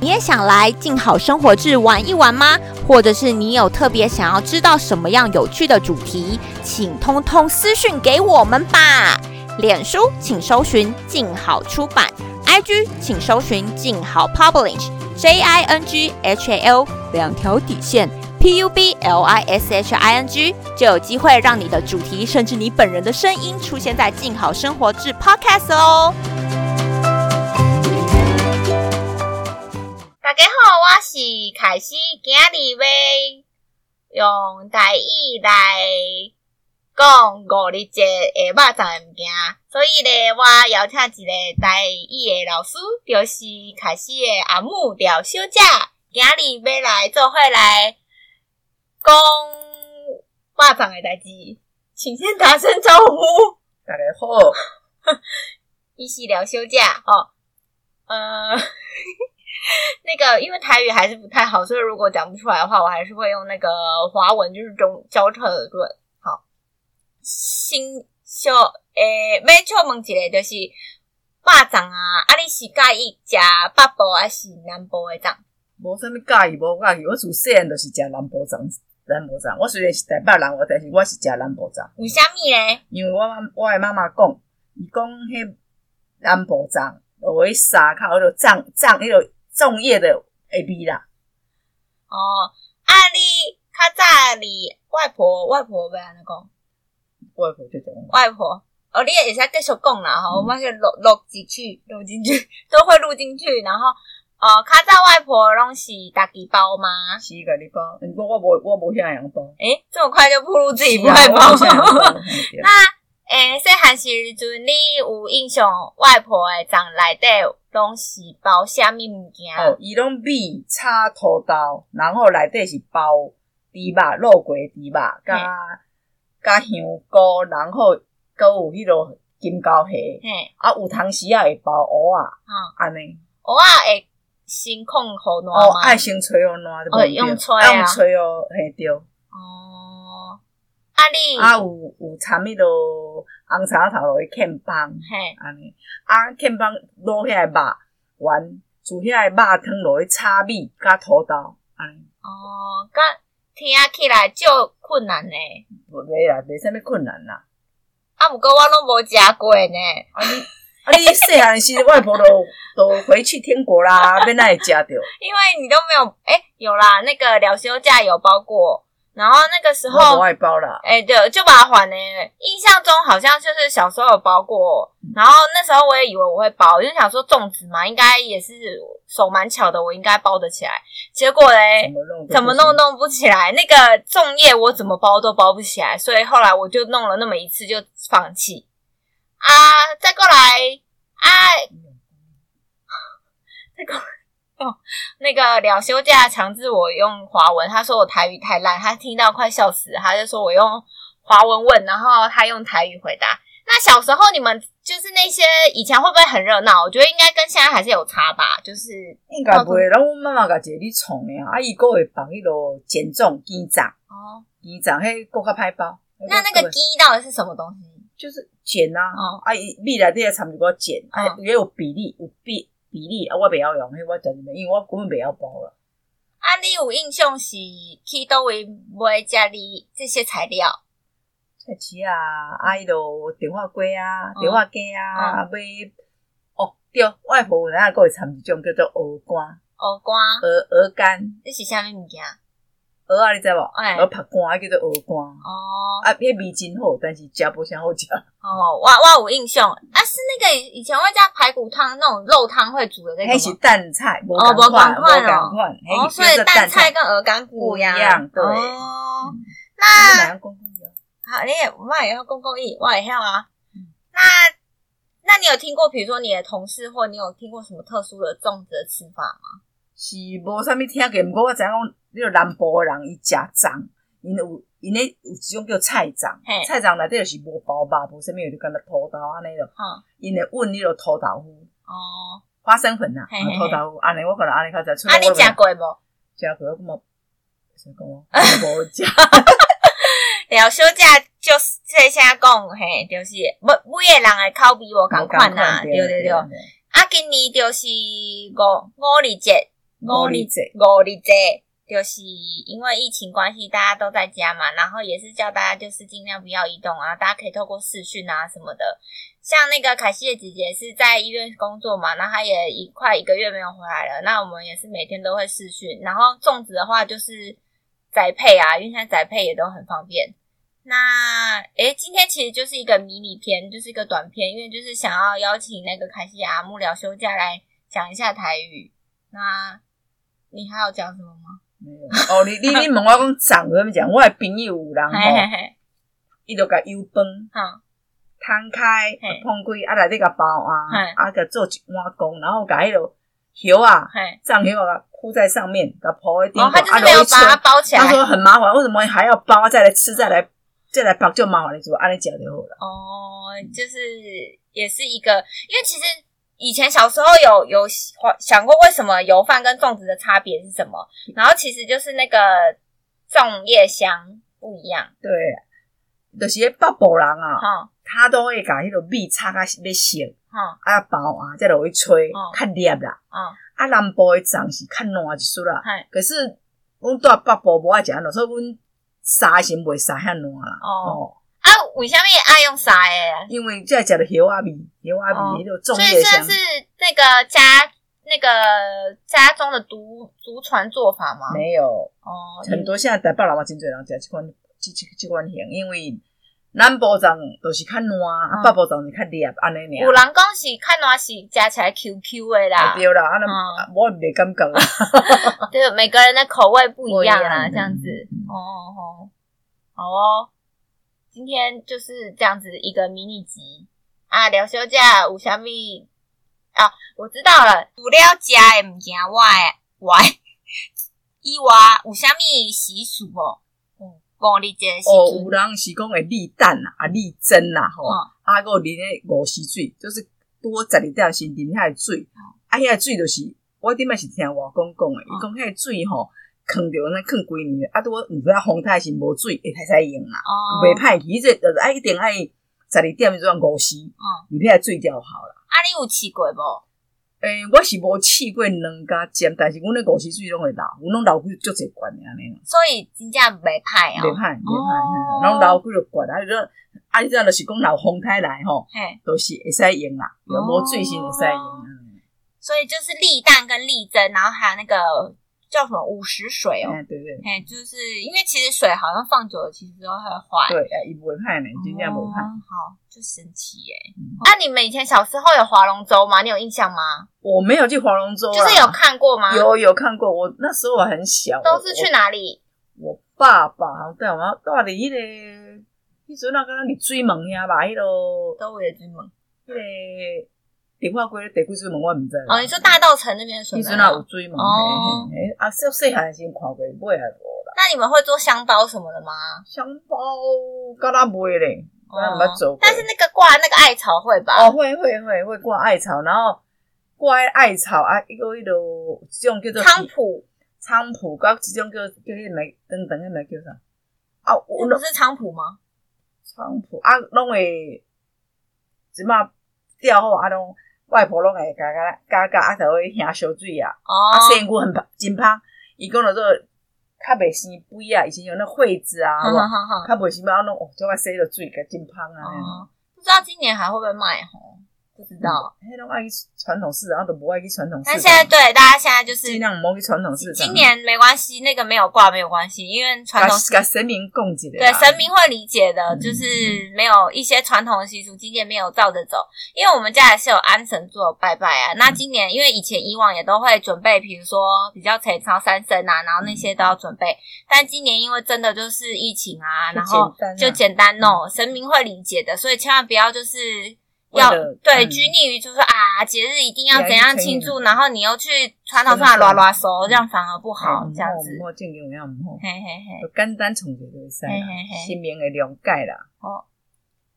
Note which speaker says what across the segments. Speaker 1: 也想来《静好生活志》玩一玩吗？或者是你有特别想要知道什么样有趣的主题，请通通私讯给我们吧。脸书请搜寻“静好出版 ”，IG 请搜寻“静好 Publish”，J I N G H A L 两条底线 P U B L I S H I N G 就有机会让你的主题甚至你本人的声音出现在《静好生活志》Podcast 哦。
Speaker 2: 大家好，我是凯西，今日要用台语来讲五日节的肉粽的物件，所以咧，我邀请一个台语的老师，就是凯西的阿母廖小姐，今日要来做伙来讲肉粽的代志，请先打声招呼，
Speaker 3: 大家好，
Speaker 2: 伊是廖小姐哦，呃。 那个，因为台语还是不太好，所以如果讲不出来的话，我还是会用那个华文，就是中交叉的论。好，新小诶，要笑问一个，就是肉粽啊，啊，你是介意食北部还是南部的粽？
Speaker 3: 无啥物介意，无介意。我自细汉就是食南部粽，南部粽。我虽然是台北人，我但是我是食南部粽，
Speaker 2: 为啥物咧？
Speaker 3: 因为我妈我诶妈妈讲，伊讲迄南部粽，有迄沙靠迄落粽粽迄落粽叶的会味啦。
Speaker 2: 哦，啊，你较早你外婆外婆要安尼讲，
Speaker 3: 我无这种，
Speaker 2: 外婆。哦，你也会使继续讲啦，
Speaker 3: 嗯
Speaker 2: 吼、我们就录录进去，录进去， 都会录进去。然后，哦、呃，较早外婆拢是家己包吗？
Speaker 3: 是甲你包，毋过我无我无遐样包，
Speaker 2: 诶，这么快就暴露自己不
Speaker 3: 是啊
Speaker 2: 爱包
Speaker 3: 我无 遐样包对
Speaker 2: 那诶，细汉时阵，你有印象外婆的粽内底拢是包虾米物件？
Speaker 3: 哦，伊拢米、炒土豆，然后内底是包猪肉、肉桂猪肉，加加香菇，然后搁有迄落金钩虾，
Speaker 2: 嘿，
Speaker 3: 啊，有当时啊会包蚵仔，
Speaker 2: 嗯，
Speaker 3: 安尼。
Speaker 2: 我啊会先控好暖
Speaker 3: 哦，
Speaker 2: 吗？
Speaker 3: 爱先吹哦，暖对
Speaker 2: 哦
Speaker 3: 不对
Speaker 2: 用吹啊
Speaker 3: 啊，用吹哦，嘿对。
Speaker 2: 哦，啊你，
Speaker 3: 啊，有有掺迄落红茶头落去欠棒，
Speaker 2: 嘿，
Speaker 3: 安尼。啊，欠棒落遐个肉丸，煮遐个肉汤落去炒米加土豆，安尼。
Speaker 2: 哦，甲听起来就困难呢。
Speaker 3: 袂啦，袂啥物困难啦。
Speaker 2: 啊，毋过我拢无食过呢。
Speaker 3: 啊你啊你细汉时外婆都都回去天 国啦，要哪会食着？
Speaker 2: 因为你都没有，哎、有啦，那个疗休假有包过，然后那个时
Speaker 3: 我无
Speaker 2: 候，
Speaker 3: 爱包啦。
Speaker 2: 哎、对，就麻烦呢、印象中好像就是小时候有包过，然后那时候我也以为我会包，因为想说粽子嘛，应该也是手蛮巧的，我应该包得起来。结果嘞
Speaker 3: 怎，么弄？
Speaker 2: 哎怎么弄？弄不起来，那个粽叶我怎么包都包不起来，所以后来我就弄了那么一次就放弃。啊，再过来啊，再过来哦，那个了休假强制我用华文，他说我台语太烂，他听到快笑死，他就说我用华文问，然后他用台语回答。那小时候你们就是那些以前会不会很热闹？我觉得应该跟现在还是有差吧，就是
Speaker 3: 应该袂，然后阮妈妈甲一个你创诶，啊伊佫会放迄落碱粽、鸡粽、
Speaker 2: 哦，
Speaker 3: 鸡粽，迄佫较歹包。
Speaker 2: 那那个
Speaker 3: 鸡
Speaker 2: 鸡到底是什么东西？
Speaker 3: 就是碱啊
Speaker 2: 哦，
Speaker 3: 啊伊米内底也掺一寡碱，啊
Speaker 2: 哦
Speaker 3: 也有比例有比比例，啊我袂晓用，迄我真袂，因为我根本袂晓包啦。
Speaker 2: 啊，你有印象是去倒位买家里这些材料？
Speaker 3: 菜市啊，啊迄落电话粿啊，
Speaker 2: 嗯
Speaker 3: 电话鸡啊，买哦对，外婆有哪佫会掺一种叫做蚵干、
Speaker 2: 蚵干，
Speaker 3: 蚵蚵干、
Speaker 2: 哦这是啥物物件？
Speaker 3: 蚵啊，你知无？
Speaker 2: 哎
Speaker 3: 蚵晒干，迄叫做蚵干。
Speaker 2: 哦
Speaker 3: 啊，迄味真好，但是食无啥好食。
Speaker 2: 哦，我我有印象啊，是那个以前会加排骨汤那种肉汤会煮的那个
Speaker 3: 迄是
Speaker 2: 吗？
Speaker 3: 蛋菜，无
Speaker 2: 哎哦
Speaker 3: 共款，
Speaker 2: 无
Speaker 3: 无
Speaker 2: 同款哦
Speaker 3: 共款。
Speaker 2: 哦，
Speaker 3: 迄
Speaker 2: 所以
Speaker 3: 是叫做
Speaker 2: 蛋
Speaker 3: 蛋
Speaker 2: 菜跟鹅肝骨
Speaker 3: 不一样对
Speaker 2: 哦，
Speaker 3: 嗯
Speaker 2: 那
Speaker 3: 哪样讲
Speaker 2: 好，你也我也要公共义，我也要啊
Speaker 3: 嗯。
Speaker 2: 那那你有听过，比如说你的同事或你有听过什么特殊的粽子的吃法吗？
Speaker 3: 是无啥物听过，毋过我知影讲，你个南部诶人伊食粽，因有因咧有一种叫菜粽
Speaker 2: 嘿，
Speaker 3: 菜粽内底就是无包肉，无啥物，就干那土豆啊安尼咯。
Speaker 2: 哈、
Speaker 3: 因会อุ่迄落土豆腐、
Speaker 2: 哦，
Speaker 3: 花生粉啊，
Speaker 2: 嘿
Speaker 3: 啊
Speaker 2: 嘿嘿
Speaker 3: 土豆腐安尼，我可能安尼较知。出
Speaker 2: 啊，你
Speaker 3: 食
Speaker 2: 食过无？
Speaker 3: 食过，我感觉想讲哦，我无食。
Speaker 2: 聊小假就是这些讲嘿，就是每每个人的口味啊无共款啦，对对对。啊，今年就是五五二节，
Speaker 3: 五五日节，
Speaker 2: 五日节，就是因为疫情关系，大家都在家嘛，然后也是叫大家就是尽量不要移动啊，大家可以透过视讯啊什么的。像那个凯西的姐姐是在医院工作嘛，然后她也一快一个月没有回来了。那我们也是每天都会视讯，然后粽子的话就是宅配啊，因为现在宅配也都很方便。那诶，今天其实就是一个迷你片，就是一个短片，因为就是想要邀请那个凯西阿木聊休假来讲一下台语。那你还要讲什么吗？
Speaker 3: 没有哦，你 你你问我讲长怎么讲？我的朋友有人
Speaker 2: 嘿嘿
Speaker 3: 吼，
Speaker 2: 嘿，
Speaker 3: 伊就甲油饭
Speaker 2: 好，
Speaker 3: 摊开
Speaker 2: 嘿，
Speaker 3: 碰开，啊内底甲包啊
Speaker 2: 嘿，
Speaker 3: 啊甲做一碗公，然后甲迄落油啊，
Speaker 2: 嘿，
Speaker 3: 藏油啊铺在上面，甲铺在顶
Speaker 2: 哦，
Speaker 3: 头，
Speaker 2: 他就
Speaker 3: 啊
Speaker 2: 是没
Speaker 3: 揉
Speaker 2: 有
Speaker 3: 一圈
Speaker 2: 把。它包起来
Speaker 3: 他。说很麻烦，为什么还要包再来吃再来再来包就麻烦了，就按你讲就好了。
Speaker 2: 哦，就是也是一个，因为其实以前小时候有有想过为什么油饭跟粽子的差别是什么，然后其实就是那个粽叶香不一样，
Speaker 3: 对，就是那北部人啊，
Speaker 2: 哈
Speaker 3: 他都会把迄个米炒到要熟，
Speaker 2: 哈
Speaker 3: 啊包啊，再落去吹
Speaker 2: 哦，
Speaker 3: 较黏啦。
Speaker 2: 哦，
Speaker 3: 啊，南部的粽是较烂一丝啦，
Speaker 2: 嗨
Speaker 3: 可是阮住北部无爱食咯，所以阮沙是袂沙遐烂啦。
Speaker 2: 哦
Speaker 3: 哦，
Speaker 2: 啊，为什么爱用啥诶？
Speaker 3: 因为这食着叶啊味，叶啊
Speaker 2: 哦
Speaker 3: 味迄个
Speaker 2: 所
Speaker 3: 粽
Speaker 2: 以
Speaker 3: 叶
Speaker 2: 这
Speaker 3: 香。
Speaker 2: 是那个家那个家中的独独传做法吗？
Speaker 3: 没有，
Speaker 2: 哦，
Speaker 3: 很多现在台北人嘛真侪人食即款即即即款型，因为南部粽都是较烂，啊
Speaker 2: 嗯
Speaker 3: 北部粽是较黏，安尼
Speaker 2: 有
Speaker 3: 尔。
Speaker 2: 人讲是看暖是加起来 QQ 的啦，
Speaker 3: 对啦，啊，那
Speaker 2: 嗯
Speaker 3: 啊我袂感觉啊。
Speaker 2: 对，每个人的口味不一样
Speaker 3: 不一
Speaker 2: 啊，
Speaker 3: 样嗯
Speaker 2: 这样子。哦哦，好哦，今天就是这样子一个迷你集啊，聊休假有啥咪啊？我知道了，除了食的物件外外， 以外有啥咪习俗哦？嗯，五日节的时
Speaker 3: 哦，有
Speaker 2: 阵，
Speaker 3: 人是讲会立蛋啦，啊立蒸啦，吼
Speaker 2: 嗯，
Speaker 3: 啊个啉诶五时水，就是多十二点先啉遐水，啊遐水就是我顶摆是听外公讲诶，伊讲遐水吼，藏着安尼藏几年，啊拄好毋知影风台是无水会使使用啦，
Speaker 2: 哦，
Speaker 3: 袂歹去，伊这就是啊爱一定爱十二点钟五时，
Speaker 2: 嗯，
Speaker 3: 里遐水调好啦。
Speaker 2: 啊，你有试过无？
Speaker 3: 诶、我是无试过两家尖，但是阮咧五时水拢会流，阮拢流几足侪罐的安尼啦。
Speaker 2: 所以真正袂歹
Speaker 3: 袂
Speaker 2: 哦，
Speaker 3: 歹，袂
Speaker 2: 哦
Speaker 3: 歹，然后老几落管啊，你说啊，你这就是讲老风台来吼，
Speaker 2: 嘿，
Speaker 3: 都是会使用啦，
Speaker 2: 哦
Speaker 3: 有无最新会使用？
Speaker 2: 所以就是立蛋跟立蒸，然后还有那个叫什么午时水哦，
Speaker 3: 哎，对对
Speaker 2: 哎，就是因为其实水好像放久了，其实都会坏。
Speaker 3: 对，哎，伊袂歹呢，真正袂歹。
Speaker 2: 哦好，就神奇耶！
Speaker 3: 嗯
Speaker 2: 那你们以前小时候有划龙舟吗？你有印象吗？
Speaker 3: 我没有去划龙舟啦，
Speaker 2: 就是有看过吗？，
Speaker 3: 有有看过，我那时候我很小，
Speaker 2: 都是去哪里？
Speaker 3: 我？我爸爸好像带我们带伫迄个，迄阵那个伫水门遐吧，迄个
Speaker 2: 都为了追梦。
Speaker 3: 迄个电话过地区水门我毋知啦。
Speaker 2: 哦，你说大稻城那边的水
Speaker 3: 迄
Speaker 2: 门
Speaker 3: 阵
Speaker 2: 啊
Speaker 3: 啊有水门，
Speaker 2: 哦
Speaker 3: 嘿嘿嘿啊，细细汉时看过，尾也无啦。
Speaker 2: 那你们会做香包什么的吗？
Speaker 3: 香包敢若袂咧，我也毋捌做过。
Speaker 2: 哦但是那个挂那个艾草会吧？
Speaker 3: 哦，会会会会挂艾草，然后挂艾草啊，一个迄落一种叫做
Speaker 2: 菖蒲，
Speaker 3: 菖蒲，甲一种叫叫迄个等等迄个叫啥？啊，有
Speaker 2: 那不是菖蒲吗？
Speaker 3: 菖蒲啊，拢会即马吊好啊，拢外婆拢会加加加加啊，才会下烧水啊，
Speaker 2: 哦
Speaker 3: 啊，，生菇很芳真芳，伊讲了做较袂生肥啊，以前有那惠子啊，
Speaker 2: 好
Speaker 3: 有
Speaker 2: 好
Speaker 3: 无？
Speaker 2: 好好。
Speaker 3: 较袂生猫拢哦，做啊洗了水，甲真芳啊。那
Speaker 2: 嗯
Speaker 3: 样
Speaker 2: 哦，不知道今年还会不会卖哦？不知道。
Speaker 3: 迄嗯拢爱去传统市场，都无爱去传统市
Speaker 2: 但
Speaker 3: 场。
Speaker 2: 现在对大家现在就是
Speaker 3: 尽量唔好去传统市场。
Speaker 2: 今年没关系，那个没有挂没有关系，因为传
Speaker 3: 甲
Speaker 2: 统
Speaker 3: 甲神明供一个
Speaker 2: 对
Speaker 3: 啦，
Speaker 2: 神明会理解的，
Speaker 3: 啊嗯
Speaker 2: 就是没有一些传统的习俗，今年没有照着走，因为我们家也是有安神做拜拜啊。
Speaker 3: 嗯
Speaker 2: 那今年因为以前以往也都会准备，比如说比较彩超三生啊，然后那些都要准备，但今年因为真的就是疫情啊，
Speaker 3: 就
Speaker 2: 然后
Speaker 3: 嗯简单啊
Speaker 2: 就简单弄，神明会理解的，所以千万不要就是。
Speaker 3: 为
Speaker 2: 要
Speaker 3: 了
Speaker 2: 对
Speaker 3: 嗯
Speaker 2: 拘泥于就是说啊，节日一定要
Speaker 3: 对啊
Speaker 2: 怎样
Speaker 3: 一定
Speaker 2: 庆
Speaker 3: 要
Speaker 2: 祝，然后你又去传统上
Speaker 3: 真的
Speaker 2: 拉拉手，这样反而不好，这样子。
Speaker 3: 唔嗯好正经有影唔好，
Speaker 2: 嘿嘿嘿，
Speaker 3: 就简单从一个就会使
Speaker 2: 嘿
Speaker 3: 啦
Speaker 2: 嘿，嘿
Speaker 3: 神明会谅解啦。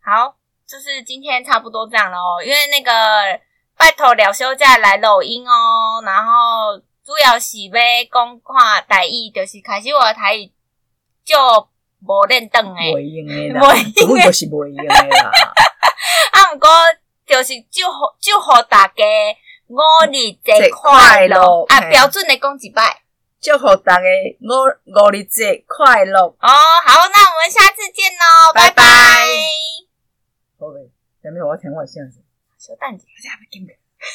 Speaker 2: 好，就是今天差不多这样喽。因为那个拜托了休假来录音哦，然后主要是要讲看台语，就是开始我的台语就无认得诶。
Speaker 3: 袂用的啦，
Speaker 2: 袂用的
Speaker 3: 根本就是袂用的啦。
Speaker 2: 啊，毋过就是祝福祝福大家五日节快乐啊！标准的讲几拜
Speaker 3: 祝福大家五五日节快乐！
Speaker 2: 哦。好，那我们下次见喽，
Speaker 3: 拜
Speaker 2: 拜
Speaker 3: 拜
Speaker 2: 拜。
Speaker 3: 好嘞，下面我要听我的相声，
Speaker 2: 小蛋姐。
Speaker 3: 大家还没听过。